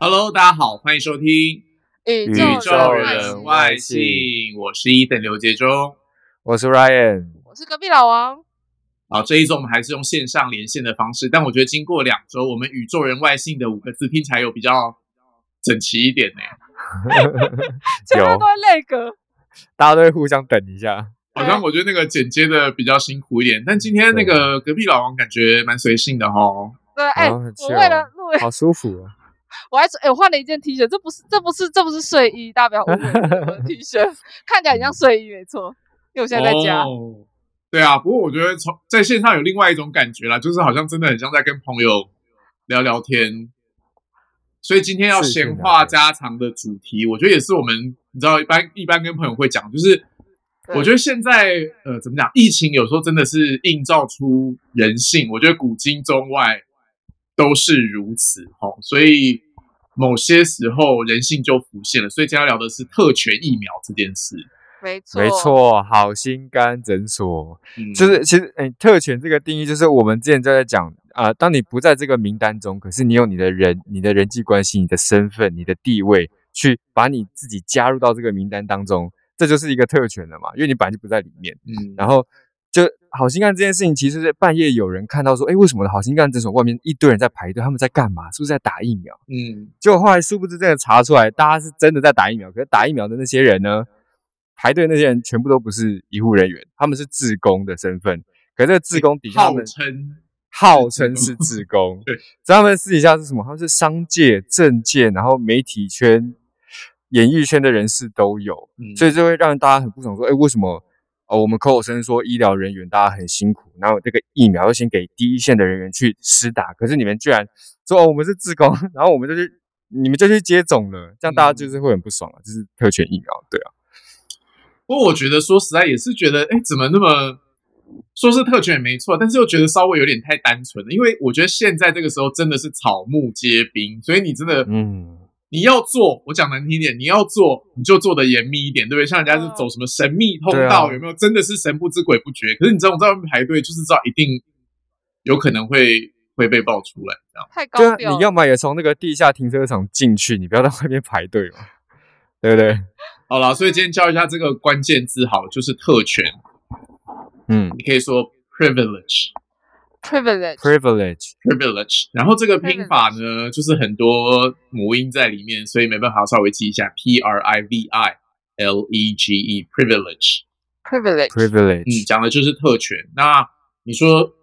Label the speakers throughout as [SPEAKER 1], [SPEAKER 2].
[SPEAKER 1] Hello，大家好，欢迎收听
[SPEAKER 2] 宇
[SPEAKER 1] 《
[SPEAKER 2] 宙
[SPEAKER 1] 宇宙
[SPEAKER 2] 人外
[SPEAKER 1] 人
[SPEAKER 2] 星
[SPEAKER 1] 外星》，我是一等刘杰忠。
[SPEAKER 3] 我是 Ryan，
[SPEAKER 2] 我是隔壁老王，
[SPEAKER 1] 好，这一周我们还是用线上连线的方式，但我觉得经过两周，我们“宇宙人外星”的五个字听起来有比较整齐一点呢、
[SPEAKER 2] 前面
[SPEAKER 3] 有
[SPEAKER 2] 都会累格。
[SPEAKER 3] 大家都会互相等一下，
[SPEAKER 1] 好像我觉得那个剪接的比较辛苦一点，但今天那个隔壁老王感觉蛮随性的哦。
[SPEAKER 2] 对，哎、
[SPEAKER 3] 哦很
[SPEAKER 2] 我
[SPEAKER 3] chill
[SPEAKER 2] 为了录，
[SPEAKER 3] 好舒服啊！
[SPEAKER 2] 我还哎、我换了一件 T 恤，这不是这不是这不是睡衣，大家不要误会我的 T 恤，看起来很像睡衣，没错，因为我现在在家。
[SPEAKER 1] 哦对啊，不过我觉得从在线上有另外一种感觉啦，就是好像真的很像在跟朋友聊聊天。所以今天要
[SPEAKER 3] 视讯
[SPEAKER 1] 闲
[SPEAKER 3] 聊
[SPEAKER 1] 话
[SPEAKER 3] 天
[SPEAKER 1] 家常的主题，我觉得也是我们你知道一般一般跟朋友会讲，就是
[SPEAKER 2] 对
[SPEAKER 1] 我觉得现在呃怎么讲，疫情有时候真的是映照出人性，我觉得古今中外都是如此哦，所以某些时候人性就浮现了。所以今天要聊的是特权疫苗这件事，
[SPEAKER 2] 没错，
[SPEAKER 3] 没，错，好心肝诊所
[SPEAKER 1] 嗯，
[SPEAKER 3] 就是其实，哎、特权这个定义就是我们之前就在讲啊、呃当你不在这个名单中，可是你有你的人、你的人际关系、你的身份、你的地位，去把你自己加入到这个名单当中，这就是一个特权了嘛，因为你本来就不在里面。
[SPEAKER 1] 嗯，
[SPEAKER 3] 然后就好心肝这件事情，其实是半夜有人看到说，哎，为什么好心肝诊所外面一堆人在排队，他们在干嘛？是不是在打疫苗？
[SPEAKER 1] 嗯。
[SPEAKER 3] 结果后来殊不知真的查出来，大家是真的在打疫苗，可是打疫苗的那些人呢，排队那些人全部都不是医护人员，他们是志工的身份。可是这个志工底下他
[SPEAKER 1] 号
[SPEAKER 3] 们
[SPEAKER 1] 称
[SPEAKER 3] 号称是志 工，
[SPEAKER 1] 对，
[SPEAKER 3] 所以他们私底下是什么？他们是商界、政界，然后媒体圈、演艺圈的人士都有，
[SPEAKER 1] 嗯
[SPEAKER 3] 所以就会让大家很不爽，说，哎，为什么？哦，我们口口声声说医疗人员大家很辛苦，然后这个疫苗又先给第一线的人员去施打，可是你们居然说哦我们是自工， 然后我们就去你们就去接种了，这样大家就是会很不爽啊，就是特权疫苗，对啊，
[SPEAKER 1] 不过我觉得说实在也是觉得，哎，怎么那么说是特权也没错，但是又觉得稍微有点太单纯了，因为我觉得现在这个时候真的是草木皆兵，所以你真的、
[SPEAKER 3] 嗯，
[SPEAKER 1] 你要做，我讲难听一点，你要做你就做的严密一点，对不对？像人家是走什么神秘通道，
[SPEAKER 3] 对啊
[SPEAKER 1] 有没有？真的是神不知鬼不觉，可是你知道我在外面排队，就是知道一定有可能会会被爆出来，这样。
[SPEAKER 2] 太
[SPEAKER 3] 对
[SPEAKER 2] 高
[SPEAKER 3] 啊，
[SPEAKER 2] 调
[SPEAKER 3] 你
[SPEAKER 2] 了。
[SPEAKER 3] 要么也从那个地下停车场进去，你不要到外面排队嘛，对不对？
[SPEAKER 1] 好啦，所以今天教一下这个关键字，好了，就是特权，
[SPEAKER 3] 嗯
[SPEAKER 1] 你可以说 privilege。
[SPEAKER 2] privilege，
[SPEAKER 3] ，privilege，
[SPEAKER 1] privilege。然后这个拼法呢，就是很多母音在里面，所以没办法稍微记一下 p r i v i l e g e privilege。
[SPEAKER 2] privilege，
[SPEAKER 3] privilege，
[SPEAKER 1] 嗯，讲的就是特权。那你说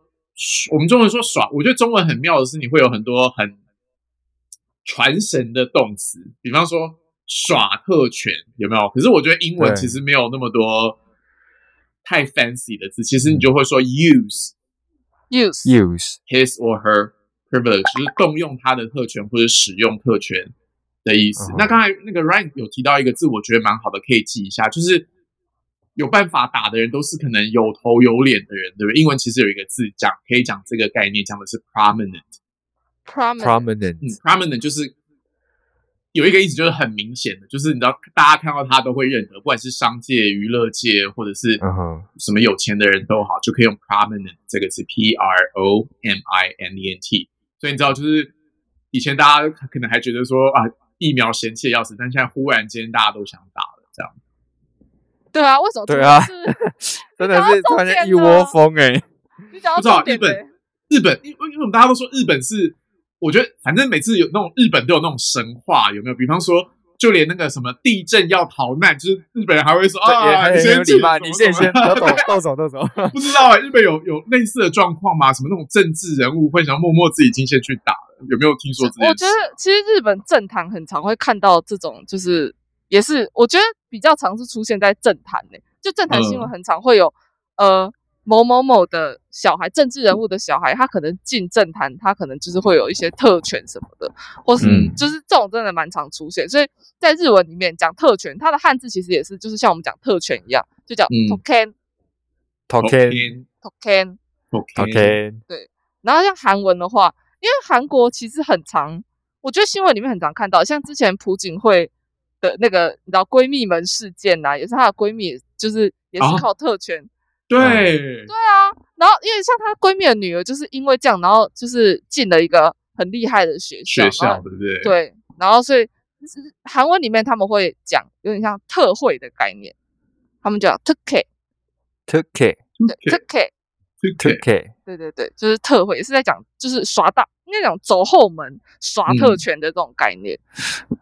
[SPEAKER 1] 我们中文说耍，我觉得中文很妙的是，你会有很多很传神的动词，比方说耍特权，有没有？可是我觉得英文
[SPEAKER 3] 对
[SPEAKER 1] 其实没有那么多太 fancy 的字，其实你就会说 use。
[SPEAKER 2] use，
[SPEAKER 3] use，
[SPEAKER 1] his or her privilege，就是动用他的特权或者使用特权的意思。
[SPEAKER 3] 嗯哼
[SPEAKER 1] 那刚才那个 Ryan 有提到一个字，我觉得蛮好的，可以记一下，就是有办法打的人都是可能有头有脸的人，对不对？英文其实有一个字讲可以讲这个概念，讲的是 prominent。
[SPEAKER 2] prominent，
[SPEAKER 1] 嗯
[SPEAKER 3] prominent，
[SPEAKER 1] ，prominent 就是有一个意思，就是很明显的，就是你知道大家看到他都会认得，不管是商界、娱乐界，或者是
[SPEAKER 3] 嗯哼，
[SPEAKER 1] 什么有钱的人都好，就可以用 prominent 这个字，p r o m i n e n t。所以你知道，就是以前大家可能还觉得说啊，疫苗嫌弃的要死，但现在忽然间大家都想打了，这样。
[SPEAKER 2] 对啊，为什么？
[SPEAKER 3] 对啊
[SPEAKER 2] 是
[SPEAKER 3] 真的是突然间一
[SPEAKER 2] 你讲到
[SPEAKER 3] 窝
[SPEAKER 2] 重
[SPEAKER 3] 蜂哎、
[SPEAKER 2] 你讲到
[SPEAKER 1] 不知道
[SPEAKER 2] 哦重点
[SPEAKER 1] 日本
[SPEAKER 2] 嘞
[SPEAKER 1] 日本，因为因为我们大家都说日本是，我觉得反正每次有那种日本都有那种神话，有没有？比方说，就连那个什么地震要逃难，就是日本人还会说
[SPEAKER 3] 也
[SPEAKER 1] 啊，
[SPEAKER 3] 很
[SPEAKER 1] 你
[SPEAKER 3] 很有
[SPEAKER 1] 先去
[SPEAKER 3] 礼貌，你先
[SPEAKER 1] 什么
[SPEAKER 3] 先，都走都走都走，
[SPEAKER 1] 不知道、欸、日本有有类似的状况吗？什么那种政治人物会想要默默自己进线去打了？有没有听说这件事？
[SPEAKER 2] 我觉得其实日本政坛很常会看到这种，就是也是我觉得比较常是出现在政坛呢、就政坛新闻
[SPEAKER 1] 嗯
[SPEAKER 2] 很常会有、呃某某某的小孩，政治人物的小孩，他可能进政坛，他可能就是会有一些特权什么的，或是、
[SPEAKER 3] 嗯
[SPEAKER 2] 就是这种真的蛮常出现。所以在日文里面讲特权，它的汉字其实也是就是像我们讲特权一样，就叫
[SPEAKER 1] 嗯
[SPEAKER 2] token、
[SPEAKER 3] token
[SPEAKER 2] token。
[SPEAKER 1] OK，
[SPEAKER 3] token，
[SPEAKER 2] 然后像韩文的话，因为韩国其实很常，我觉得新闻里面很常看到，像之前朴槿惠的那个你知道闺蜜门事件啊呐、也是她的闺蜜，就是也是
[SPEAKER 1] 啊
[SPEAKER 2] 靠特权。
[SPEAKER 1] 对，
[SPEAKER 2] 对啊，然后因为像她闺蜜的女儿，就是因为这样，然后就是进了一个很厉害的学
[SPEAKER 1] 学
[SPEAKER 2] 校，然
[SPEAKER 1] 校
[SPEAKER 2] 后
[SPEAKER 1] 对不对？，
[SPEAKER 2] 对，然后所以就是韩文里面他们会讲有点像特惠的概念，他们叫 t u k e
[SPEAKER 3] ，Turkey
[SPEAKER 2] 对 t u k e
[SPEAKER 1] ，Tuke
[SPEAKER 3] Turkey，
[SPEAKER 2] 对对对，就是特惠，是在讲就是耍大那种走后门耍特
[SPEAKER 1] 嗯
[SPEAKER 2] 权的这种概念。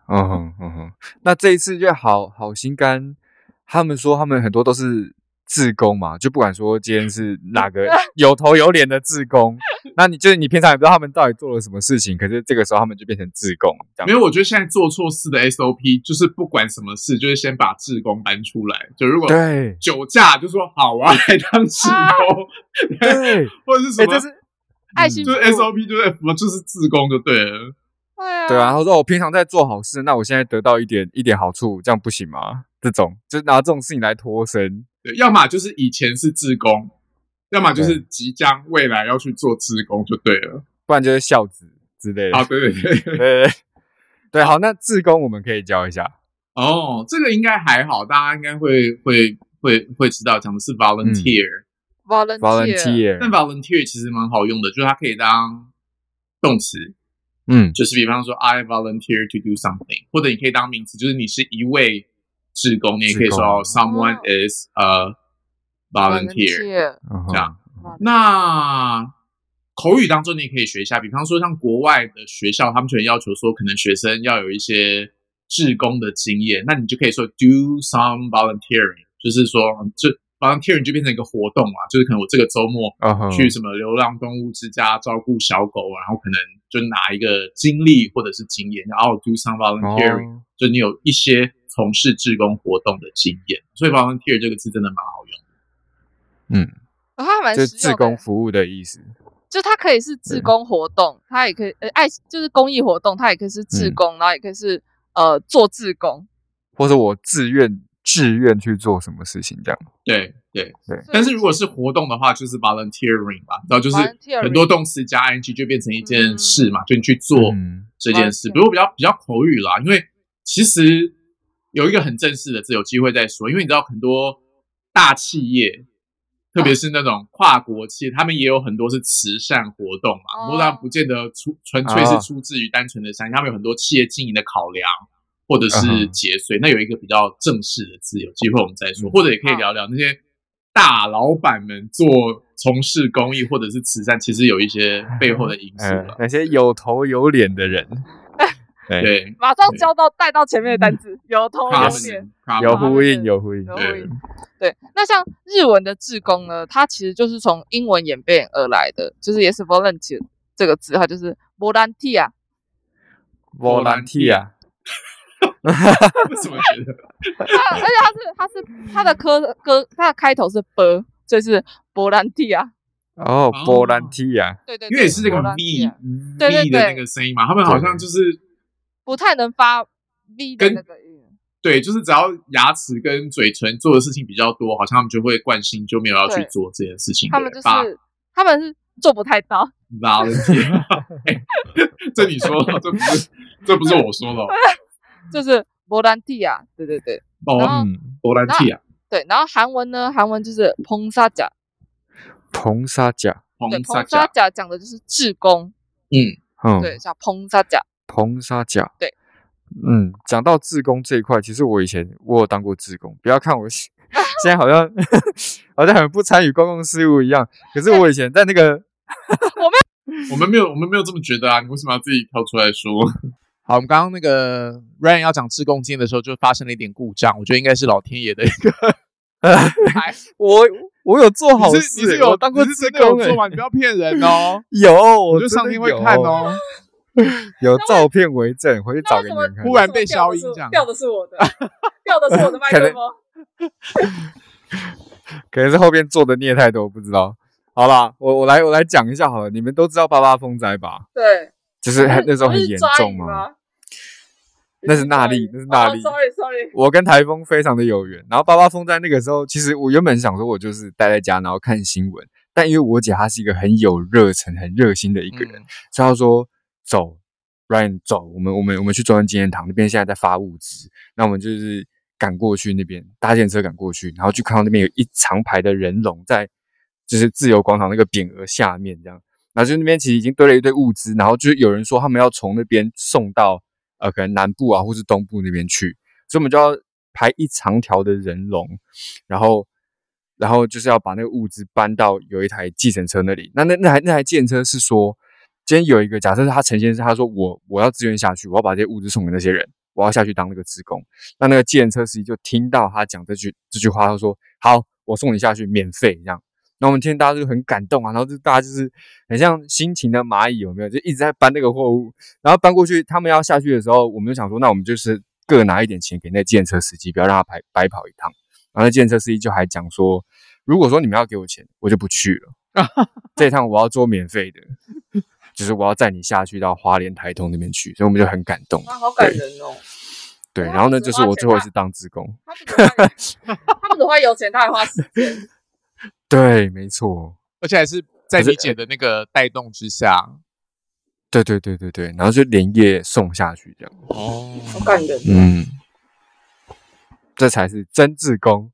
[SPEAKER 3] 嗯哼嗯哼。那这一次就好好心肝，他们说他们很多都是自工嘛，就不管说今天是哪 个有头有脸的自工，那你就是你平常也不知道他们到底做了什么事情，可是这个时候他们就变成自工，这样
[SPEAKER 1] 没有，我觉得现在做错事的 SOP 就是不管什么事，就是先把志工搬出来。就如果
[SPEAKER 3] 对
[SPEAKER 1] 酒驾，就说好，我要来 当志工，
[SPEAKER 3] 对，
[SPEAKER 1] 或者是什
[SPEAKER 3] 哎，
[SPEAKER 1] 么，
[SPEAKER 3] 这是
[SPEAKER 2] 爱心
[SPEAKER 1] 嗯就是
[SPEAKER 2] 服务
[SPEAKER 1] SOP 就是什么就是志工就对了。
[SPEAKER 2] 对啊，
[SPEAKER 3] 对啊，他说我平常在做好事，那我现在得到一点一点好处，这样不行吗？这种就拿这种事情来脱身，
[SPEAKER 1] 对，要么就是以前是志工，要么就是即将未来要去做志工就对了。
[SPEAKER 3] 不然就是孝子之类的。
[SPEAKER 1] 啊，对对对，
[SPEAKER 3] 对对对对，好，那志工我们可以教一下。
[SPEAKER 1] 哦，这个应该还好，大家应该会会会会知道，讲的是 volunteer，、
[SPEAKER 2] volunteer，
[SPEAKER 1] 但
[SPEAKER 3] volunteer，
[SPEAKER 1] volunteer 其实蛮好用的，就是它可以当动词，
[SPEAKER 3] 嗯
[SPEAKER 1] 就是比方说 I volunteer to do something，或者你可以当名词，就是你是一位志工，你也可以
[SPEAKER 3] 志
[SPEAKER 1] 说
[SPEAKER 3] 工
[SPEAKER 1] someone is a volunteer。
[SPEAKER 2] volunteer
[SPEAKER 3] 嗯
[SPEAKER 1] 这
[SPEAKER 3] 哼
[SPEAKER 1] 样那口语当中你也可以学一下，比方说像国外的学校，他们就很要求说，可能学生要有一些志工的经验，那你就可以说 do some volunteering，就是说这 volunteering 就变成一个活动啊，就是可能我这个周末
[SPEAKER 3] 嗯哼，
[SPEAKER 1] 去什么流浪动物之家照顾小狗啊，然后可能就拿一个经历或者是经验，然后 do some volunteering，、
[SPEAKER 3] 哦
[SPEAKER 1] 就你有一些从事志工活动的经验，所以 volunteer 这个字真的蛮好用的。
[SPEAKER 2] 哦它还蛮
[SPEAKER 3] 就
[SPEAKER 2] 实
[SPEAKER 3] 是志
[SPEAKER 2] 用
[SPEAKER 3] 工
[SPEAKER 2] 的，
[SPEAKER 3] 服务的意思。
[SPEAKER 2] 就它可以是志
[SPEAKER 3] 对
[SPEAKER 2] 工活动，它也可以呃爱就是公益活动，它也可以是志
[SPEAKER 3] 嗯
[SPEAKER 2] 工，然后也可以是呃做志工。
[SPEAKER 3] 或者我自愿自愿去做什么事情这样。
[SPEAKER 1] 对对，
[SPEAKER 2] 所以
[SPEAKER 1] 但是如果是活动的话，就是 volunteering 吧，然后就是
[SPEAKER 2] volunteering
[SPEAKER 1] 很多动词加 ing 就变成一件事嘛，就你去做
[SPEAKER 3] 嗯
[SPEAKER 1] 这件事。
[SPEAKER 2] volunteer
[SPEAKER 1] 不过比较比较口语啦，因为其实有一个很正式的字，有机会再说。因为你知道很多大企业，特别是那种跨国企业，他们也有很多是慈善活动嘛，不过它
[SPEAKER 2] 哦
[SPEAKER 1] 不见得出纯粹是
[SPEAKER 3] 哦
[SPEAKER 1] 出自于单纯的善意，他们有很多企业经营的考量。或者
[SPEAKER 3] 嗯
[SPEAKER 1] 是
[SPEAKER 3] 哼
[SPEAKER 1] 节税，那有一个比较正式的字，有机会我们再说，
[SPEAKER 3] 嗯
[SPEAKER 1] 或者也可以
[SPEAKER 2] 好
[SPEAKER 1] 聊聊那些大老板们做从事公益或者是慈善，其实有一些背后的因素
[SPEAKER 3] 呃
[SPEAKER 1] 了。，
[SPEAKER 3] 那些有头有脸的人， 哎对，
[SPEAKER 1] 对，
[SPEAKER 2] 马上交到带到前面的单字，有头
[SPEAKER 1] 他
[SPEAKER 2] 有
[SPEAKER 1] 们
[SPEAKER 2] 脸，
[SPEAKER 1] 他
[SPEAKER 3] 有
[SPEAKER 1] 们
[SPEAKER 3] 呼应有呼应
[SPEAKER 2] 有。
[SPEAKER 1] 对
[SPEAKER 2] 脸。对，那像日文的志工呢，它其实就是从英文演变而来的，就是也是 volunteer 这个字，它就是 volunteer。啊
[SPEAKER 3] volunteer，
[SPEAKER 1] 为什么觉得
[SPEAKER 2] 它而且它是它是它的
[SPEAKER 1] 嗯
[SPEAKER 2] 歌歌它的开头是 b，所以是 volunteer。
[SPEAKER 3] 哦
[SPEAKER 1] 哦
[SPEAKER 3] ，volunteer，
[SPEAKER 2] 对对对，
[SPEAKER 1] 因为也是那个
[SPEAKER 2] volunteer
[SPEAKER 1] V
[SPEAKER 2] 对对
[SPEAKER 1] V 的那
[SPEAKER 2] 对
[SPEAKER 1] 个声音嘛？他们好像就是
[SPEAKER 2] 不太能发 V 的
[SPEAKER 1] 跟
[SPEAKER 2] 那个音。
[SPEAKER 1] 对，就是只要牙齿跟嘴唇做的事情比较多，好像他们就会惯性就没有要去
[SPEAKER 2] 对
[SPEAKER 1] 做这件事情。
[SPEAKER 2] 他们就
[SPEAKER 1] 对吧
[SPEAKER 2] 是他们是做不太到，
[SPEAKER 1] volunteer，哎这你说的，这不是这不是我说的哦
[SPEAKER 2] 就是 volunteer，对对对然
[SPEAKER 1] 哦
[SPEAKER 2] 后
[SPEAKER 3] 嗯，
[SPEAKER 1] ，volunteer，
[SPEAKER 2] 对。然后韩文呢，韩文就是 p o n s a j a
[SPEAKER 3] 彭沙甲，
[SPEAKER 2] 对 p o
[SPEAKER 1] 萨
[SPEAKER 2] n s a j a 讲的就是志工，
[SPEAKER 3] 嗯，
[SPEAKER 2] 对，叫 p o n s a j a
[SPEAKER 3] 彭沙甲，
[SPEAKER 2] 对，
[SPEAKER 3] 嗯，讲到志工这一块，其实我以前我有当过志工，不要看我现现在好像 好像很不参与公共事务一样，可是我以前在那个，
[SPEAKER 1] 我们没有，我们没有这么觉得啊！你为什么要自己跳出来说？好，我们刚刚那个 Ryan 要讲自贡经的时候，就发生了一点故障，我觉得应该是老天爷的一个安排。
[SPEAKER 3] 我我有做好
[SPEAKER 1] 你是你是，
[SPEAKER 3] 事
[SPEAKER 1] 有
[SPEAKER 3] 我当过
[SPEAKER 1] 你是
[SPEAKER 3] 志
[SPEAKER 1] 真的有
[SPEAKER 3] 工
[SPEAKER 1] 做
[SPEAKER 3] 欸，，
[SPEAKER 1] 吗？你不要骗人哦
[SPEAKER 3] 有，
[SPEAKER 1] 我
[SPEAKER 3] 我
[SPEAKER 1] 就
[SPEAKER 3] 真
[SPEAKER 1] 上
[SPEAKER 3] 的
[SPEAKER 1] 天会
[SPEAKER 3] 有啊
[SPEAKER 1] 看哦。
[SPEAKER 3] 有照片为证，回去
[SPEAKER 2] 那
[SPEAKER 3] 找
[SPEAKER 2] 为
[SPEAKER 3] 给
[SPEAKER 2] 什
[SPEAKER 3] 你
[SPEAKER 2] 么
[SPEAKER 3] 们看。
[SPEAKER 1] 忽然被消音这样
[SPEAKER 2] 掉的是我的，掉的是我的麦
[SPEAKER 3] 可
[SPEAKER 2] 克
[SPEAKER 3] 能
[SPEAKER 2] 风。
[SPEAKER 3] 可能是后面做的孽太多，不知道。好啦，我我来我来讲一下好了，你们都知道八八风灾吧？
[SPEAKER 2] 对，
[SPEAKER 3] 就是很那时候
[SPEAKER 2] 不
[SPEAKER 3] 很
[SPEAKER 2] 是
[SPEAKER 3] 严
[SPEAKER 2] 抓
[SPEAKER 3] 重
[SPEAKER 2] 鱼
[SPEAKER 3] 嘛。
[SPEAKER 2] 吗？
[SPEAKER 3] 那是那莉
[SPEAKER 2] 抓鱼
[SPEAKER 3] 那是那莉
[SPEAKER 2] 哦，sorry sorry，
[SPEAKER 3] 我跟台风非常的有缘，然后八八风灾那个时候，其实我原本想说我就是待在家，然后看新闻，但因为我姐她是一个很有热忱、很热心的一个人，
[SPEAKER 1] 嗯
[SPEAKER 3] 所以他说走，Ryan 走，我们我们我们去中央纪念堂那边现在在发物资，那我们就是赶过去那边搭建车赶过去，然后就看到那边有一长排的人龙在就是自由广场那个匾额下面这样，然后就那边其实已经堆了一堆物资，然后就有人说他们要从那边送到呃可能南部啊或是东部那边去，所以我们就要排一长条的人龙，然后然后就是要把那个物资搬到有一台计程车那里。那那那台那台计程车是说，今天有一个假设是他陈先生，他说我我要自愿下去，我要把这些物资送给那些人，我要下去当那个职工。那那个计程车司机就听到他讲这句这句话，他说好，我送你下去，免费这样。那我们今天大家就很感动啊，然后就大家就是很像辛勤的蚂蚁，有没有？就一直在搬那个货物，然后搬过去，他们要下去的时候，我们就想说，那我们就是各拿一点钱给那建车司机，不要让他白白跑一趟。然后那建车司机就还讲说，如果说你们要给我钱，我就不去了，这一趟我要做免费的，就是我要载你下去到花莲台东那边去，所以我们就很感动。
[SPEAKER 2] 哇，好感人 哦！
[SPEAKER 3] 对，
[SPEAKER 2] 哇
[SPEAKER 3] 然后呢，
[SPEAKER 2] 只
[SPEAKER 3] 就是
[SPEAKER 2] 花
[SPEAKER 3] 我
[SPEAKER 2] 钱
[SPEAKER 3] 最后一
[SPEAKER 2] 啊
[SPEAKER 3] 次当职工。
[SPEAKER 2] 他不只花钱他不只花油钱，他还花时间。
[SPEAKER 3] 对，没错。
[SPEAKER 1] 而且还是在
[SPEAKER 3] 可是
[SPEAKER 1] 你姐的那个带动之下。
[SPEAKER 3] 对对对对对，然后就连夜送下去这样。
[SPEAKER 1] 哦，
[SPEAKER 2] 好感人，
[SPEAKER 3] 嗯，这才是真自工。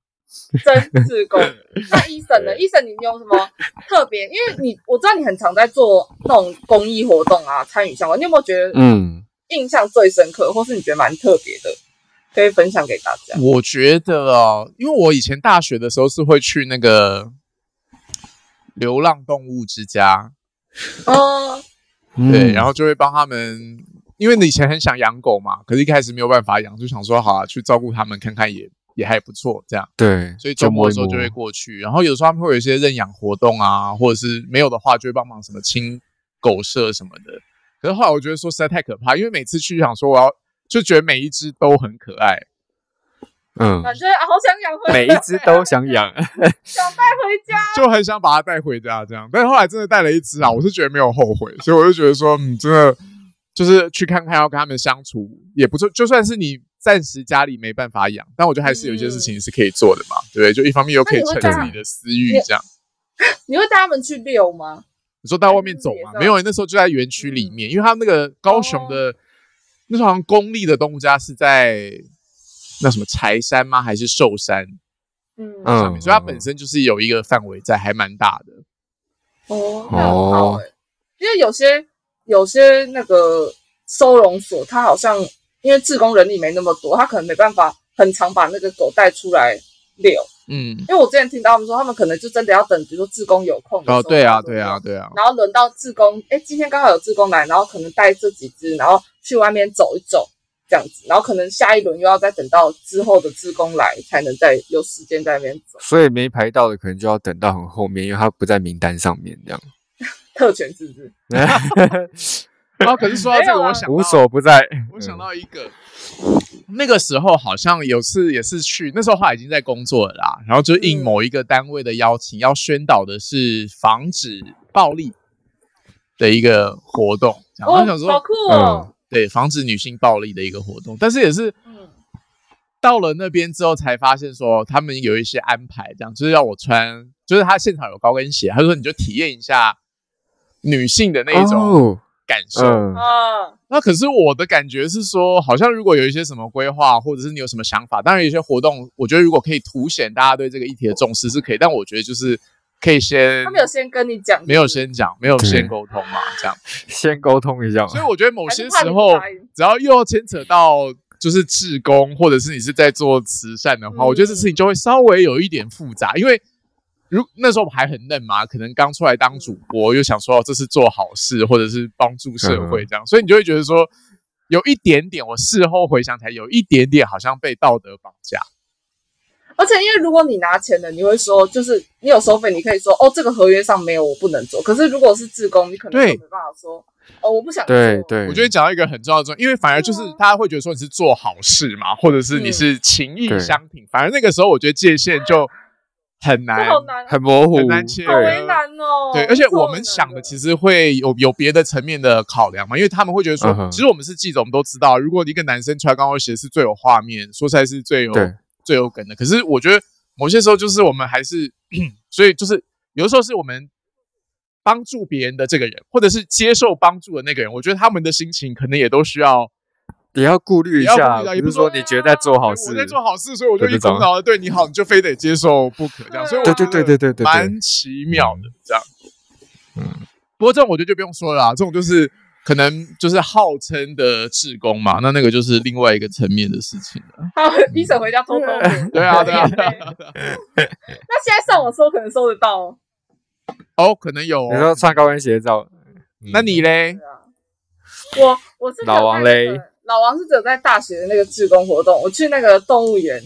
[SPEAKER 2] 真自 工。那医生呢？医生，你有什么特别？因为你我知道你很常在做那种公益活动啊，参与相关，你有没有觉得
[SPEAKER 3] 嗯，
[SPEAKER 2] 印象最深刻，或是你觉得蛮特别的，可以分享给大家？
[SPEAKER 1] 我觉得哦，因为我以前大学的时候是会去那个流浪动物之家，
[SPEAKER 2] 哦，
[SPEAKER 1] 对，
[SPEAKER 3] 后
[SPEAKER 1] 然后就会帮他们，因为你以前很想养狗嘛，可是一开始没有办法养，就想说好啊，去照顾他们看看也也还不错这样，
[SPEAKER 3] 对，
[SPEAKER 1] 所以周末的时候
[SPEAKER 3] 摸
[SPEAKER 1] 就
[SPEAKER 3] 一摸
[SPEAKER 1] 会过去，然后有时候他们会有一些认养活动啊，或者是没有的话就会帮忙什么清狗舍什么的。可是后来我觉得说实在太可怕，因为每次去想说我要就觉得每一只都很可爱，
[SPEAKER 3] 嗯，
[SPEAKER 2] 感觉啊，好想养回
[SPEAKER 3] 每一只都想 养。
[SPEAKER 2] 想带回家。
[SPEAKER 1] 就很想把它带回家这样，但是后来真的带了一只啊，我是觉得没有后悔，所以我就觉得说，嗯，真的就是去看看，要跟他们相处也不错。就算是你暂时家里没办法养，但我觉得还是有一些事情是可以做的嘛，对不对？就一方面又可以
[SPEAKER 2] 嗯那你会
[SPEAKER 1] 趁
[SPEAKER 2] 带
[SPEAKER 1] 自己的私欲这样。
[SPEAKER 2] 你会带他们去遛吗？
[SPEAKER 1] 你说到外面走
[SPEAKER 2] 那你
[SPEAKER 1] 嘛
[SPEAKER 2] 自己？也
[SPEAKER 1] 没有，那时候就在园区里
[SPEAKER 2] 嗯
[SPEAKER 1] 面，因为他那个
[SPEAKER 2] 哦
[SPEAKER 1] 高雄的、那时候好像公立的动物家是在那什么柴山吗？还是寿山
[SPEAKER 2] 嗯，
[SPEAKER 3] 嗯
[SPEAKER 1] 上面？所以它本身就是有一个范围在，还蛮大的。
[SPEAKER 2] 哦，那很好哎、因为有些有些那个收容所，它好像因为志工人力没那么多，他可能没办法很常把那个狗带出来遛。
[SPEAKER 1] 嗯，
[SPEAKER 2] 因为我之前听到他们说，他们可能就真的要等，比如说志工有空的时候
[SPEAKER 1] 哦，对啊，
[SPEAKER 2] 才会
[SPEAKER 1] 对啊，
[SPEAKER 2] 遛。
[SPEAKER 1] 对啊。
[SPEAKER 2] 然后轮到志工，哎，今天刚好有志工来，然后可能带这几只，然后去外面走一走，这样子，然后可能下一轮又要再等到之后的志工来，才能再有时间在那边走。
[SPEAKER 3] 所以没排到的可能就要等到很后面，因为它不在名单上面，这样。
[SPEAKER 2] 特权是不是？
[SPEAKER 1] 然哦后可是说到这个，
[SPEAKER 2] 没有啊
[SPEAKER 1] 我想到
[SPEAKER 3] 无所嗯不在。
[SPEAKER 1] 我想到一个，那个时候好像有次也是去，那时候后来已经在工作了啦，然后就应
[SPEAKER 2] 嗯
[SPEAKER 1] 某一个单位的邀请，要宣导的是防止暴力的一个活动。然后
[SPEAKER 2] 哦，
[SPEAKER 1] 想
[SPEAKER 2] 好
[SPEAKER 1] 说，
[SPEAKER 2] 酷哦！
[SPEAKER 1] 对，防止女性暴力的一个活动，但是也是
[SPEAKER 2] 嗯，
[SPEAKER 1] 到了那边之后才发现说，他们有一些安排，这样就是要我穿，就是他现场有高跟鞋，他说你就体验一下女性的那一种
[SPEAKER 3] 哦，
[SPEAKER 1] 感受。
[SPEAKER 3] 嗯
[SPEAKER 2] 啊，
[SPEAKER 1] 那可是我的感觉是说，好像如果有一些什么规划，或者是你有什么想法，当然有一些活动，我觉得如果可以凸显大家对这个议题的重视是可以，但我觉得就是可以先
[SPEAKER 2] 他们有先跟你讲，
[SPEAKER 1] 没有先讲，没有
[SPEAKER 3] 对
[SPEAKER 1] 先沟通嘛，这样。
[SPEAKER 3] 先沟通一下嘛
[SPEAKER 1] 所以我觉得某
[SPEAKER 2] 还是
[SPEAKER 1] 些
[SPEAKER 2] 怕你
[SPEAKER 1] 时
[SPEAKER 2] 不
[SPEAKER 1] 候
[SPEAKER 2] 答应，
[SPEAKER 1] 只要又要牵扯到就是志工，或者是你是在做慈善的话，
[SPEAKER 2] 嗯
[SPEAKER 1] 我觉得这事情就会稍微有一点复杂，因为。如那时候我们还很嫩嘛，可能刚出来当主播，又想说哦这是做好事或者是帮助社
[SPEAKER 3] 嗯
[SPEAKER 1] 会这样，所以你就会觉得说有一点点，我事后回想起来有一点点好像被道德绑架。
[SPEAKER 2] 而且因为如果你拿钱了，你会说，就是你有收费，你可以说哦，这个合约上没有，我不能做。可是如果是自工，你可能
[SPEAKER 1] 对
[SPEAKER 2] 就没办法说哦，我不想做。
[SPEAKER 3] 对对，
[SPEAKER 1] 我觉得讲到一个很重要的重点，因为反而就是
[SPEAKER 2] 对啊
[SPEAKER 1] 大家会觉得说你是做好事嘛，或者是你
[SPEAKER 2] 嗯
[SPEAKER 1] 是情义
[SPEAKER 3] 对
[SPEAKER 1] 相挺，反而那个时候我觉得界限就很
[SPEAKER 2] 这
[SPEAKER 1] 难
[SPEAKER 2] 好难，
[SPEAKER 3] 很模糊，
[SPEAKER 1] 很难切
[SPEAKER 2] 好
[SPEAKER 3] 对
[SPEAKER 2] 为难哦。
[SPEAKER 1] 啊对，而且我们
[SPEAKER 2] 超
[SPEAKER 1] 想
[SPEAKER 2] 为难
[SPEAKER 1] 的其实会有有别的层面的考量嘛，因为他们会觉得说，
[SPEAKER 3] 嗯哼
[SPEAKER 1] 其实我们是记者，我们都知道，如果一个男生穿高跟鞋是最有画面，说出来是最有
[SPEAKER 3] 对
[SPEAKER 1] 最有梗的。可是我觉得某些时候就是我们还是，所以就是有的时候是我们帮助别人的这个人，或者是接受帮助的那个人，我觉得他们的心情可能也都需要
[SPEAKER 3] 也要顾虑一
[SPEAKER 1] 也要
[SPEAKER 3] 下
[SPEAKER 1] 顾虑，到
[SPEAKER 3] 不
[SPEAKER 1] 也不
[SPEAKER 3] 是
[SPEAKER 1] 是说
[SPEAKER 3] 说你觉得在做
[SPEAKER 1] 对
[SPEAKER 3] 好事
[SPEAKER 1] 哎我，在做好事，所以我就
[SPEAKER 3] 对
[SPEAKER 1] 一
[SPEAKER 3] 这种
[SPEAKER 1] 股脑的对你好，你就非得接受不可这样，所以我
[SPEAKER 3] 对
[SPEAKER 1] 觉
[SPEAKER 3] 对
[SPEAKER 1] 得
[SPEAKER 3] 对对对对，对
[SPEAKER 1] 蛮奇妙的这样。嗯，不过这种我觉得就不用说了啦，这种就是可能就是号称的志工嘛，那那个就是另外一个层面的事情了。
[SPEAKER 2] 好，医生回家偷偷领。
[SPEAKER 1] 对啊，对啊。
[SPEAKER 2] 免费 那现在上网搜可能搜得到哦。
[SPEAKER 1] 哦，可能有
[SPEAKER 3] 你说
[SPEAKER 1] 哦。
[SPEAKER 3] 穿高跟鞋嗯照，
[SPEAKER 1] 那你嘞
[SPEAKER 2] 对？啊， 我我是只有在
[SPEAKER 3] 老王嘞
[SPEAKER 2] 那个，老王是只有在大学的那个志工活动，我去那个动物园，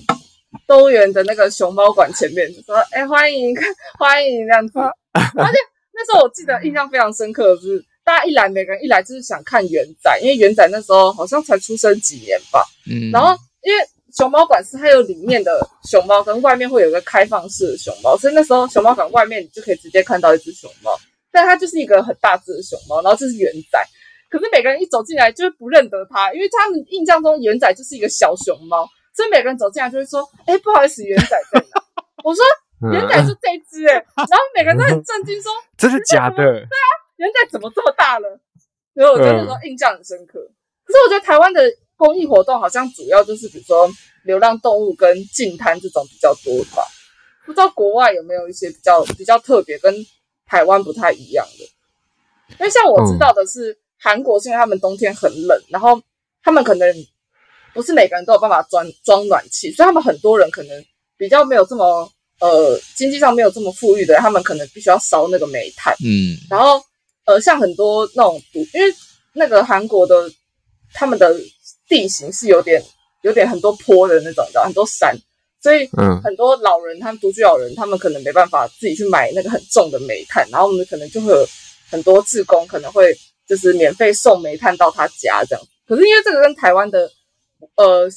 [SPEAKER 2] 动物园的那个熊猫馆前面，就说哎、欢迎 欢迎这样子，
[SPEAKER 3] 啊
[SPEAKER 2] 而且那时候我记得印象非常深刻的是。大家一来，每个人一来就是想看元仔，因为元仔那时候好像才出生几年吧，
[SPEAKER 1] 嗯，
[SPEAKER 2] 然后因为熊猫馆是它有里面的熊猫跟外面会有一个开放式的熊猫，所以那时候熊猫馆外面你就可以直接看到一只熊猫，但它就是一个很大只的熊猫，然后这是圆仔。可是每个人一走进来就会不认得它，因为他们印象中圆仔就是一个小熊猫，所以每个人走进来就会说：“哎、不好意思，圆仔在哪？”我说：“圆仔
[SPEAKER 3] 嗯
[SPEAKER 2] 就这一只。”哎，然后每个人都很震惊，说
[SPEAKER 3] 真的假的？：“
[SPEAKER 2] 圆仔怎么这么大了？”所以我觉得那时候印象很深刻。可是我觉得台湾的公益活动好像主要就是比如说流浪动物跟净滩这种比较多吧，不知道国外有没有一些比较比较特别跟台湾不太一样的？因为像我知道的是，韩国是因为他们冬天很冷，然后他们可能不是每个人都有办法装装暖气，所以他们很多人可能比较没有这么呃经济上没有这么富裕的人，他们可能必须要烧那个煤炭。
[SPEAKER 1] 嗯
[SPEAKER 2] 然后呃，像很多那种独，因为那个韩国的他们的地形是有点有点很多坡的那种，的，很多山，所以
[SPEAKER 3] 嗯
[SPEAKER 2] 很多老人他们独居老人，他们可能没办法自己去买那个很重的煤炭，然后我们可能就会有很多志工可能会就是免费送煤炭到他家这样。可是因为这个跟台湾的呃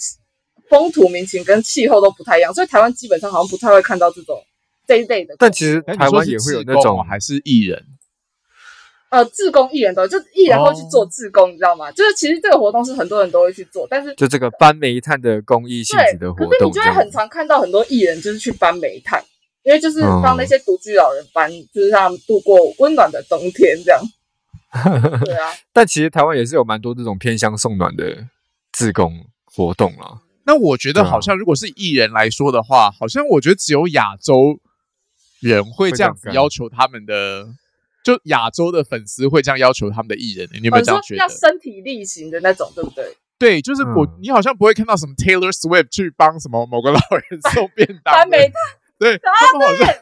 [SPEAKER 2] 风土民情跟气候都不太一样，所以台湾基本上好像不太会看到这种这一类的。
[SPEAKER 3] 但其实
[SPEAKER 1] 哎你
[SPEAKER 3] 台
[SPEAKER 1] 说
[SPEAKER 3] 湾
[SPEAKER 1] 是
[SPEAKER 3] 也会有
[SPEAKER 1] 志
[SPEAKER 3] 那
[SPEAKER 1] 工
[SPEAKER 3] 种
[SPEAKER 1] 哦，还是艺人？
[SPEAKER 2] 呃，志工艺人都有就是艺人会去
[SPEAKER 1] 哦
[SPEAKER 2] 做志工，你知道吗？就是其实这个活动是很多人都会去做，但是
[SPEAKER 3] 就这个搬煤炭的公益性质的
[SPEAKER 2] 对，
[SPEAKER 3] 活
[SPEAKER 2] 可是你
[SPEAKER 3] 动这
[SPEAKER 2] 就会
[SPEAKER 3] 样，
[SPEAKER 2] 很常看到很多艺人就是去搬煤炭，因为就是
[SPEAKER 3] 哦
[SPEAKER 2] 帮那些独居老人搬，就是让他们度过温暖的冬天这 样。对啊，
[SPEAKER 3] 但其实台湾也是有蛮多这种偏乡送暖的自工活动啦。
[SPEAKER 1] 那我觉得
[SPEAKER 3] 对啊
[SPEAKER 1] 好像如果是艺人来说的话，好像我觉得只有亚洲人会
[SPEAKER 3] 会
[SPEAKER 1] 这
[SPEAKER 3] 这
[SPEAKER 1] 样
[SPEAKER 3] 样
[SPEAKER 1] 子
[SPEAKER 3] 干
[SPEAKER 1] 要求他们的，就亚洲的粉丝会这样要求他们的艺人，你有没
[SPEAKER 2] 我
[SPEAKER 1] 有这样
[SPEAKER 2] 哦
[SPEAKER 1] 觉
[SPEAKER 2] 说要
[SPEAKER 1] 得？
[SPEAKER 2] 身体力行的那种，对不对？
[SPEAKER 1] 对，就是我，
[SPEAKER 3] 嗯
[SPEAKER 1] 你好像不会看到什么 Taylor Swift 去帮什么某个老 人送便当
[SPEAKER 2] 搬
[SPEAKER 1] 的，
[SPEAKER 2] 煤炭，
[SPEAKER 1] 对他们好像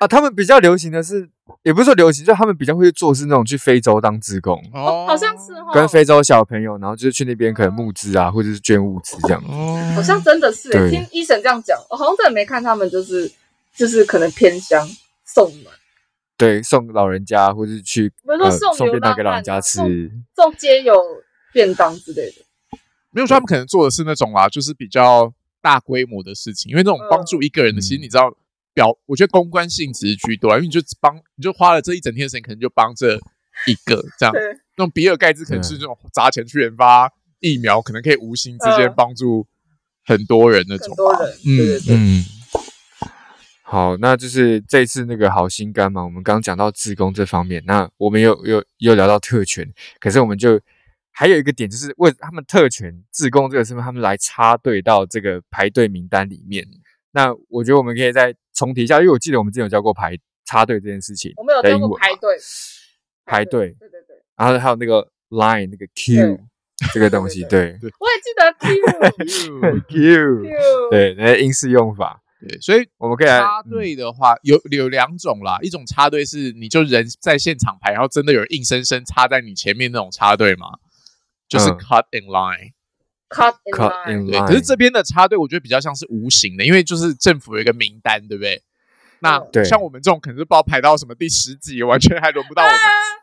[SPEAKER 3] 啊，他们比较流行的是，也不是说流行，就他们比较会做是那种去非洲当志工，
[SPEAKER 1] 哦
[SPEAKER 2] 好像是哦，
[SPEAKER 3] 跟非洲小朋友，然后就是去那边可能募资啊，或者是捐物资这样。
[SPEAKER 1] 哦，
[SPEAKER 2] 好像真的是欸、
[SPEAKER 3] 对
[SPEAKER 2] 听医生这样讲，我好像真的没看他们就是就是可能偏乡送暖，
[SPEAKER 3] 对，送老人家，或是去
[SPEAKER 2] 比如说
[SPEAKER 3] 呃
[SPEAKER 2] 送
[SPEAKER 3] 送
[SPEAKER 2] 流
[SPEAKER 3] 便当
[SPEAKER 2] 浪
[SPEAKER 3] 给老人
[SPEAKER 2] 汉
[SPEAKER 3] 家
[SPEAKER 2] 啊送
[SPEAKER 3] 吃。
[SPEAKER 2] 送街友便当之类的。
[SPEAKER 1] 没有说他们可能做的是那种啦，就是比较大规模的事情，因为那种帮助一个人的，
[SPEAKER 3] 嗯
[SPEAKER 1] 其实你知道，表我觉得公关性质居多啊，因为你就只帮你就花了这一整天的时间，可能就帮这一个这样。
[SPEAKER 2] 对，
[SPEAKER 1] 那种比尔盖茨可能是那种砸钱去研发疫苗，可能可以无形之间
[SPEAKER 2] 嗯
[SPEAKER 1] 帮助很多人那
[SPEAKER 2] 很
[SPEAKER 1] 种
[SPEAKER 2] 多
[SPEAKER 1] 吧。
[SPEAKER 2] 人，对对
[SPEAKER 1] 嗯
[SPEAKER 2] 对，
[SPEAKER 3] 嗯，好，那就是这次那个好心肝嘛，我们刚刚讲到自工这方面，那我们又又又聊到特权，可是我们就还有一个点就是为他们特权自工这个身份，他们来插队到这个排队名单里面。那我觉得我们可以再重提一下，因为我记得我们之前有教过排插队这件事情
[SPEAKER 2] 我们有
[SPEAKER 3] 的
[SPEAKER 2] 教
[SPEAKER 3] 英
[SPEAKER 2] 过
[SPEAKER 3] 文
[SPEAKER 2] 排
[SPEAKER 3] 嘛，
[SPEAKER 2] 队，
[SPEAKER 3] 排队，
[SPEAKER 2] 对对对，
[SPEAKER 3] 然后还有那个 line 那个
[SPEAKER 2] 对
[SPEAKER 3] Q 这个东西，对
[SPEAKER 2] 我也记 得 Q
[SPEAKER 1] 嗯
[SPEAKER 3] Q，
[SPEAKER 2] Q，，
[SPEAKER 3] 对，那英式用法，
[SPEAKER 1] 对，所以
[SPEAKER 3] 我们可以来
[SPEAKER 1] 插
[SPEAKER 3] 嗯
[SPEAKER 1] 队的话，有有两种啦，一种插队是你就人在现场排，然后真的有人硬生生插在你前面那种插队嘛，就是
[SPEAKER 3] 嗯
[SPEAKER 1] cut in line。
[SPEAKER 2] cut in
[SPEAKER 3] cut
[SPEAKER 2] line，
[SPEAKER 3] in
[SPEAKER 1] 对，
[SPEAKER 3] line。
[SPEAKER 1] 可是这边的插队，我觉得比较像是无形的，因为就是政府有一个名单，对不对？那
[SPEAKER 2] 嗯
[SPEAKER 3] 对
[SPEAKER 1] 像我们这种可能是不知道排到什么第十几，完全还轮不到我们。
[SPEAKER 3] 啊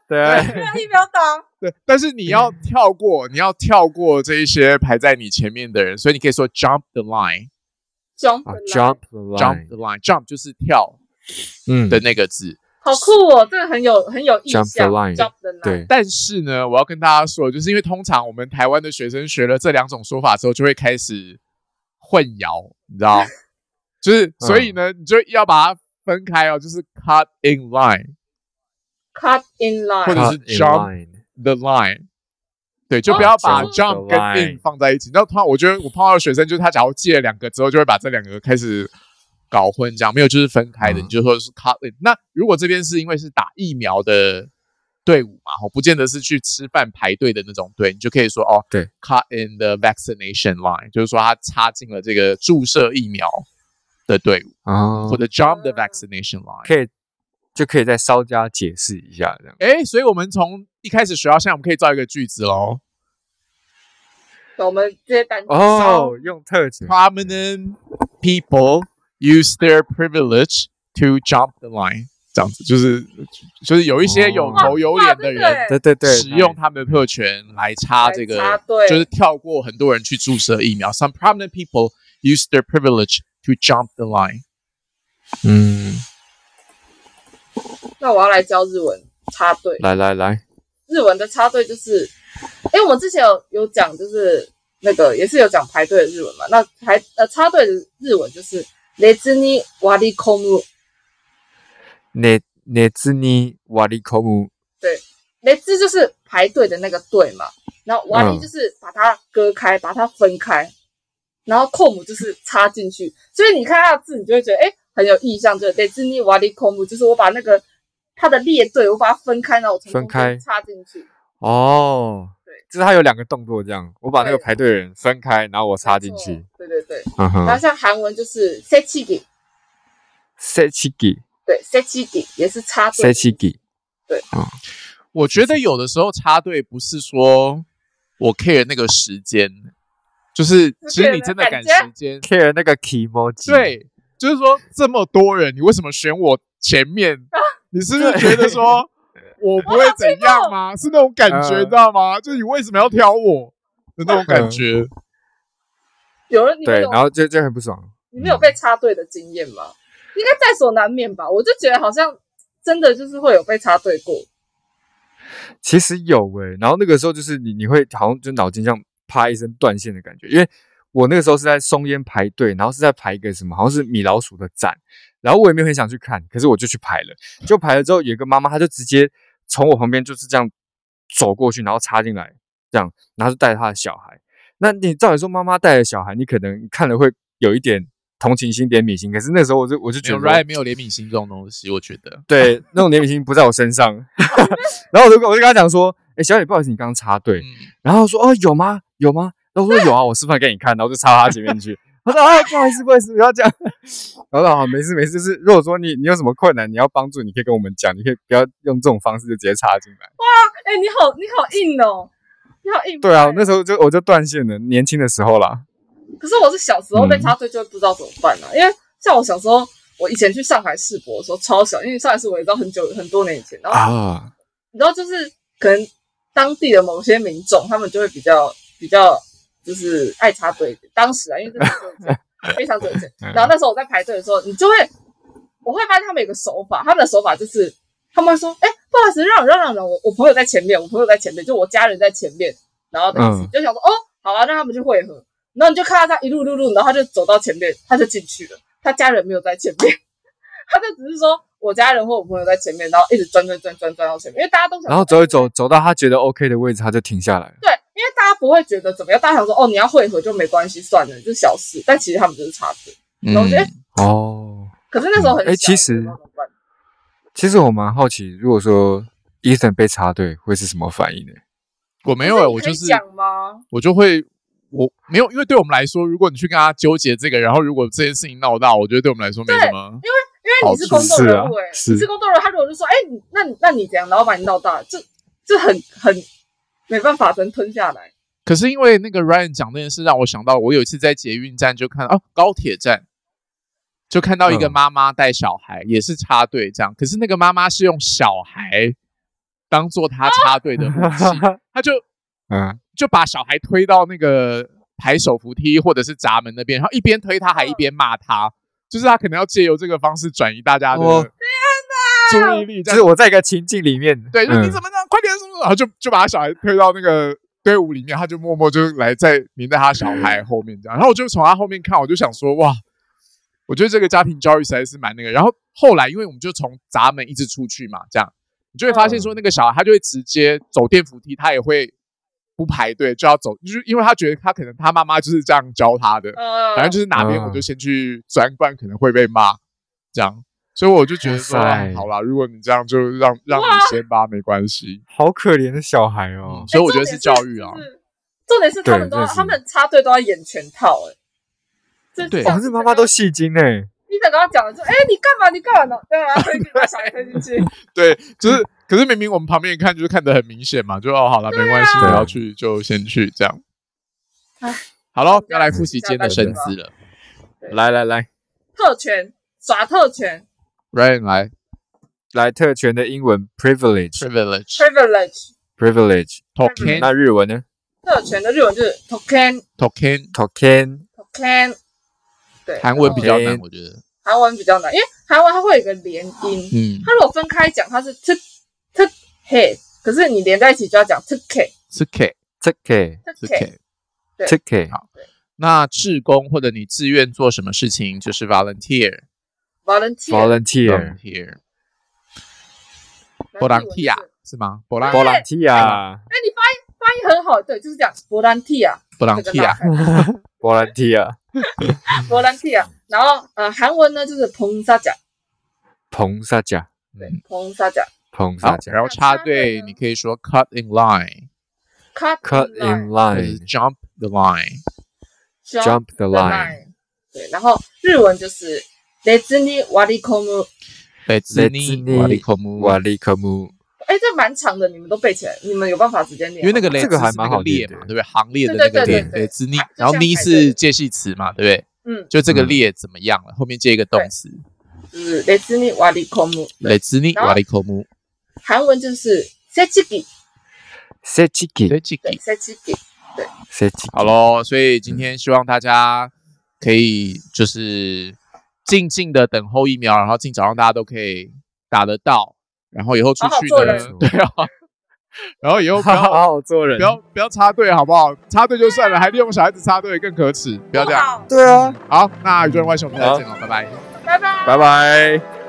[SPEAKER 3] 对，
[SPEAKER 2] 那疫 苗
[SPEAKER 3] 啊
[SPEAKER 2] 打，
[SPEAKER 1] 对，但是你要
[SPEAKER 3] 嗯
[SPEAKER 1] 跳过，你要跳过这一些排在你前面的人，所以你可以说 jump the line，jump
[SPEAKER 2] 熊
[SPEAKER 3] 啊
[SPEAKER 2] 本来
[SPEAKER 3] ，jump the line，
[SPEAKER 1] the line，jump 就是跳
[SPEAKER 3] 嗯，
[SPEAKER 1] 的那个字。
[SPEAKER 2] 好酷哦，这个很有很有印象
[SPEAKER 3] Jump the line
[SPEAKER 2] jump the line，
[SPEAKER 3] 对，
[SPEAKER 1] 但是呢，我要跟大家说，就是因为通常我们台湾的学生学了这两种说法之后，就会开始混淆，你知道？就是所以呢，你就要把它分开哦，就是 cut in line
[SPEAKER 2] ，cut in
[SPEAKER 1] 或者
[SPEAKER 2] line，
[SPEAKER 1] 是
[SPEAKER 3] Cut in
[SPEAKER 1] jump
[SPEAKER 3] line
[SPEAKER 1] the line。对，就不要把
[SPEAKER 2] 哦
[SPEAKER 1] jump 跟
[SPEAKER 3] the
[SPEAKER 1] in
[SPEAKER 3] line
[SPEAKER 1] 放在一起。那通常我觉得我碰到的学生，就是他假如记了两个之后，就会把这两个开始搞混，这样没有就是分开的，
[SPEAKER 3] 嗯
[SPEAKER 1] 你就说是 cut in。那如果这边是因为是打疫苗的队伍嘛，哦，不见得是去吃饭排队的那种队，你就可以说哦，
[SPEAKER 3] 对
[SPEAKER 1] ，cut in the vaccination line，就是说他插进了这个注射疫苗的队伍，
[SPEAKER 3] 啊
[SPEAKER 1] 或，者 jump the vaccination line。
[SPEAKER 3] 可以就可以再稍加解释一下这样。
[SPEAKER 1] 哎，所以我们从一开始学到现在，我们可以造一个句子喽
[SPEAKER 2] 那我们这些单词
[SPEAKER 3] 哦，用特指
[SPEAKER 1] ：Prominent people use their privilege to jump the line。这样子就是就是有一些有头有脸的人，
[SPEAKER 2] 哇
[SPEAKER 3] 对对对，
[SPEAKER 1] 使用他们的特权来插这个，
[SPEAKER 2] 来插队
[SPEAKER 1] 就是跳过很多人去注射疫苗。Some prominent people use their privilege to jump the line。
[SPEAKER 3] 嗯，
[SPEAKER 2] 那我要来教日文插队。
[SPEAKER 3] 来来来，
[SPEAKER 2] 日文的插队就是，因为我们之前有有讲，就是那个也是有讲排队的日文嘛。那排呃插队的日文就是列兹尼瓦利空木，
[SPEAKER 3] 内内兹尼瓦利科姆，
[SPEAKER 2] 列兹就是排队的那个队嘛，然后瓦利
[SPEAKER 3] 嗯
[SPEAKER 2] 就是把它割开，把它分开，然后空木就是插进去。所以你看它的字，你就会觉得哎、诶很有意象，就是列兹尼瓦利空木，就是我把那个它的列队，我把它分开，然后我从
[SPEAKER 3] 分
[SPEAKER 2] 中
[SPEAKER 3] 开
[SPEAKER 2] 间插进去。
[SPEAKER 3] 哦，
[SPEAKER 2] 对，
[SPEAKER 3] 就是他有两个动作这样，我把那个
[SPEAKER 2] 对
[SPEAKER 3] 排队的人分开，然后我插进去，
[SPEAKER 2] 对对对，
[SPEAKER 3] 嗯
[SPEAKER 2] 然后
[SPEAKER 3] 哼，
[SPEAKER 2] 像韩文就是塞치기。
[SPEAKER 3] 塞奇吉
[SPEAKER 2] 对，塞七底也是插
[SPEAKER 3] 塞
[SPEAKER 2] 队。
[SPEAKER 3] 奇吉，
[SPEAKER 1] 我觉得有的时候插队不是说我 care 那个时间，就是其实你真的赶时间，
[SPEAKER 3] care 那个 key emoji，，
[SPEAKER 1] 对，就是说这么多人，你为什么选我前面？你是不是觉得 说我不会怎样吗？是那种感觉，
[SPEAKER 3] 嗯
[SPEAKER 1] 你知道吗？就是你为什么要挑我的那种感觉？
[SPEAKER 2] 有人你们
[SPEAKER 3] 对，
[SPEAKER 2] 有
[SPEAKER 3] 然后就就很不爽，
[SPEAKER 2] 你们有被插队的经验吗？应该在所难免吧？我就觉得好像真的就是会有被插队过。
[SPEAKER 3] 其实有诶、然后那个时候就是你你会好像就脑筋像啪一声断线的感觉，因为我那个时候是在松烟排队，然后是在排一个什么，好像是米老鼠的展，然后我也没有很想去看，可是我就去排了，就排了之后有一个妈妈，她就直接从我旁边就是这样走过去，然后插进来，这样，然后就带着她的小孩。那你照理说妈妈带着小孩，你可能看了会有一点同情心、怜悯心，可是那时候我就我就
[SPEAKER 1] 没
[SPEAKER 3] 觉
[SPEAKER 1] 有
[SPEAKER 3] 得
[SPEAKER 1] Ryan 没有怜悯心这种东西，我觉得。
[SPEAKER 3] 对，那种怜悯心不在我身 上。然后我就跟我就跟他讲说，哎、小姐，不好意思，你刚刚插队。
[SPEAKER 1] 嗯
[SPEAKER 3] 然后他说，哦，有吗？有吗？然后我说有啊，我示范给你看。然后就插到他前面去。他说啊，不好意思，不好意思，不要这样。 然后我说好，没事没事，就是如果说你你有什么困难，你要帮助，你可以跟我们讲，你可以不要用这种方式就直接插进来。
[SPEAKER 2] 哎、你好，你好硬哦，你好硬派。
[SPEAKER 3] 对啊，我那时候就我就断线了，年轻的时候啦。
[SPEAKER 2] 可是我是小时候被
[SPEAKER 3] 嗯
[SPEAKER 2] 插队就会不知道怎么办啊，因为像我小时候，我以前去上海世博的时候超小，因为上海世博也知道很久很多年以前，然后
[SPEAKER 3] 啊，
[SPEAKER 2] 你知道，就是可能当地的某些民众，他们就会比较比较就是爱插队一点。当时啊，因为这是很久以前非常久以前，然后那时候我在排队的时候，你就会我会发现他们有个手法，他们的手法就是他们会说：“哎、不好意思，让让让让，我我朋友在前面，我朋友在前面，就我家人在前面。”然后等
[SPEAKER 3] 嗯
[SPEAKER 2] 就想说：“哦，好啊，让他们去汇合。”然后你就看到他一路路路，然后他就走到前面，他就进去了，他家人没有在前面。 他就只是说我家人或我朋友在前面，然后一直钻钻钻钻钻到前面，因为大家都想说，
[SPEAKER 3] 然后走一走，走到他觉得 OK 的位置，他就停下来了。
[SPEAKER 2] 对，因为大家不会觉得怎么样，大家想说哦，你要汇合就没关系，算了，就是小事。但其实他们就是插队，
[SPEAKER 1] 嗯
[SPEAKER 2] 然后我觉
[SPEAKER 3] 嗯
[SPEAKER 2] 得，
[SPEAKER 3] 哦，
[SPEAKER 2] 可是那时候很
[SPEAKER 3] 嗯哎
[SPEAKER 2] 小
[SPEAKER 3] 其实
[SPEAKER 2] 不知道怎么办
[SPEAKER 3] 其实我蛮好奇，如果说 Ethan 被插队会是什么反应呢？
[SPEAKER 1] 我没有、
[SPEAKER 2] 可是
[SPEAKER 1] 欸，
[SPEAKER 2] 你
[SPEAKER 1] 我
[SPEAKER 2] 可以
[SPEAKER 1] 就是
[SPEAKER 2] 讲吗？
[SPEAKER 1] 我就会我没有，因为对我们来说，如果你去跟他纠结这个，然后如果这件事情闹大，我觉得对我们来说没什么。
[SPEAKER 2] 因为你是
[SPEAKER 1] 好处
[SPEAKER 2] 公众
[SPEAKER 3] 是
[SPEAKER 2] 人
[SPEAKER 3] 啊
[SPEAKER 2] 物、欸，哎、
[SPEAKER 3] 是
[SPEAKER 2] 你是公众人物，他如果就说，哎、你那你那你怎样，然后把你闹大，这这很很没办法，只能吞下来。
[SPEAKER 1] 可是因为那个 Ryan 讲那件事，让我想到我有一次在捷运站就看到哦高铁站，就看到一个
[SPEAKER 3] 嗯
[SPEAKER 1] 妈妈带小孩，也是插队这样。可是那个妈妈是用小孩当做她插队的武 器，她就
[SPEAKER 3] 嗯，
[SPEAKER 1] 就把小孩推到那个抬手扶梯或者是闸门那边，然后一边推他还一边骂他，就是他可能要借由这个方式转移大家的
[SPEAKER 3] 哦
[SPEAKER 1] 注意力，这样
[SPEAKER 3] 就是我在一个情境里面，
[SPEAKER 1] 对，就是
[SPEAKER 3] 嗯
[SPEAKER 1] 你怎么这样，快点什么什么，然后就就把他小孩推到那个队伍里面，他就默默就来在黏在他小孩后面这样，然后我就从他后面看，我就想说哇，我觉得这个家庭教育实在是蛮那个。然后后来因为我们就从闸门一直出去嘛，这样你就会发现说那个小孩他就会直接走电扶梯，他也会不排队就要走，就是因为他觉得他可能他妈妈就是这样教他的，
[SPEAKER 2] 呃，
[SPEAKER 1] 反正就是哪边
[SPEAKER 3] 嗯
[SPEAKER 1] 我就先去钻，不然可能会被骂这样。所以我就觉得说，
[SPEAKER 3] 哇
[SPEAKER 1] 啊
[SPEAKER 3] 塞
[SPEAKER 1] 好啦，如果你这样就让让你先吧，没关系。
[SPEAKER 3] 好可怜的小孩哦
[SPEAKER 1] 嗯。所以我觉得是教育啊。
[SPEAKER 2] 嗯重点是他们
[SPEAKER 3] 对
[SPEAKER 2] 都
[SPEAKER 3] 真
[SPEAKER 2] 要，
[SPEAKER 3] 的是
[SPEAKER 2] 他们插队都要演全套、哎，这
[SPEAKER 1] 对
[SPEAKER 3] 哇，这妈妈都戏精哎、
[SPEAKER 2] 你等刚刚讲的就，哎、你干嘛？你干嘛呢？对啊，推进去，把小孩推进去，
[SPEAKER 1] 对，就是，可是明明我们旁边人看就是看得很明显嘛，就哦，好了，没关系，
[SPEAKER 3] 对啊
[SPEAKER 1] 你要去就先去这样
[SPEAKER 2] 唉。
[SPEAKER 1] 好了，要来复习今天的生词了。
[SPEAKER 3] 来来来
[SPEAKER 2] 特权耍特权
[SPEAKER 1] Ryan 来
[SPEAKER 3] 来，特权的英文 privilege
[SPEAKER 1] privilege
[SPEAKER 2] ，privilege
[SPEAKER 3] privilege，
[SPEAKER 2] Privilege
[SPEAKER 1] token
[SPEAKER 3] 那日文呢
[SPEAKER 2] 特权的日文就是 token
[SPEAKER 1] token，
[SPEAKER 3] ？token
[SPEAKER 2] token，对，
[SPEAKER 1] 韩文比较
[SPEAKER 3] 然
[SPEAKER 1] 难，
[SPEAKER 3] 后
[SPEAKER 1] 我觉得。
[SPEAKER 2] 韩文比较难，因为韩文它会有一个连音，
[SPEAKER 1] 嗯
[SPEAKER 2] 它如果分开讲，它是 t t k，可是你连在一起就要讲 t k
[SPEAKER 1] t k
[SPEAKER 3] ticket
[SPEAKER 1] t
[SPEAKER 2] t k
[SPEAKER 1] k。
[SPEAKER 2] 对
[SPEAKER 3] ticket，
[SPEAKER 1] 好那志工或者你自愿做什么事情，就是 volunteer。
[SPEAKER 2] volunteer
[SPEAKER 3] volunteer
[SPEAKER 1] volunteer
[SPEAKER 2] 然后日文就是
[SPEAKER 1] volunteer 啊是吗？volunteer
[SPEAKER 3] volunteer
[SPEAKER 2] 哎，你发音发音很好，对，就是这样 volunteer 这个拉
[SPEAKER 1] volunteer
[SPEAKER 2] 开
[SPEAKER 3] volunteer
[SPEAKER 2] volunteer，然后呃韩文呢就是彭沙甲，
[SPEAKER 3] 捧撒甲
[SPEAKER 2] 对，彭沙甲
[SPEAKER 3] 捧
[SPEAKER 1] 嗯好
[SPEAKER 3] 撒，甲
[SPEAKER 1] 然后插队，你可以说 cut in line，
[SPEAKER 2] cut
[SPEAKER 3] cut
[SPEAKER 2] the
[SPEAKER 3] in
[SPEAKER 1] 或者是
[SPEAKER 3] line
[SPEAKER 1] jump the line。
[SPEAKER 2] line，jump
[SPEAKER 3] jump
[SPEAKER 2] the
[SPEAKER 3] the line
[SPEAKER 2] line，对，然后日文就是레즈니와리코무，
[SPEAKER 1] 对，兹
[SPEAKER 3] 兹
[SPEAKER 1] 尼
[SPEAKER 3] 尼
[SPEAKER 1] 瓦利科姆，
[SPEAKER 3] 瓦利科姆
[SPEAKER 2] 哎，这蛮长的，你们都背起来，你们有办法直接念
[SPEAKER 1] 因
[SPEAKER 2] 吗？
[SPEAKER 1] 为那个列
[SPEAKER 3] 这个还
[SPEAKER 1] 是
[SPEAKER 3] 蛮
[SPEAKER 1] 那
[SPEAKER 3] 好
[SPEAKER 1] 列
[SPEAKER 3] 念的
[SPEAKER 1] 嘛，对不对？行列的那
[SPEAKER 2] 对对
[SPEAKER 1] 个
[SPEAKER 2] 对
[SPEAKER 1] 列，
[SPEAKER 2] 对对
[SPEAKER 1] 对，兹尼
[SPEAKER 2] 啊就，
[SPEAKER 1] 然后
[SPEAKER 2] 像
[SPEAKER 1] 呢
[SPEAKER 2] 排队
[SPEAKER 1] 是介系词嘛，对不
[SPEAKER 2] 嗯
[SPEAKER 1] 对？就这个
[SPEAKER 3] 嗯
[SPEAKER 1] 列怎么样了？后面接一个动词，
[SPEAKER 2] 就是레즈니와리코무，
[SPEAKER 1] 对，兹尼
[SPEAKER 2] 然后
[SPEAKER 1] 瓦利科姆，
[SPEAKER 2] 韩文就是세치기，
[SPEAKER 3] set c h i k
[SPEAKER 1] 对，这个
[SPEAKER 2] 对，세치기，
[SPEAKER 3] set c h i
[SPEAKER 1] 好喽，所以今天希望大家可以就是静静的等候疫苗，然后尽早让大家都可以打得到，然后以后出
[SPEAKER 2] 好好
[SPEAKER 1] 去
[SPEAKER 2] 做
[SPEAKER 1] 呢，
[SPEAKER 3] 人
[SPEAKER 1] 对啊，然后以后不
[SPEAKER 3] 好
[SPEAKER 1] 要
[SPEAKER 3] 好做人
[SPEAKER 1] 不，要不要插队好不好？插队就算了，还利用小孩子插队更可耻，不要这样。
[SPEAKER 2] 好，
[SPEAKER 3] 对啊，
[SPEAKER 1] 好，那宇宙人外星我们再见了，拜拜。
[SPEAKER 2] 拜拜。
[SPEAKER 3] 拜拜。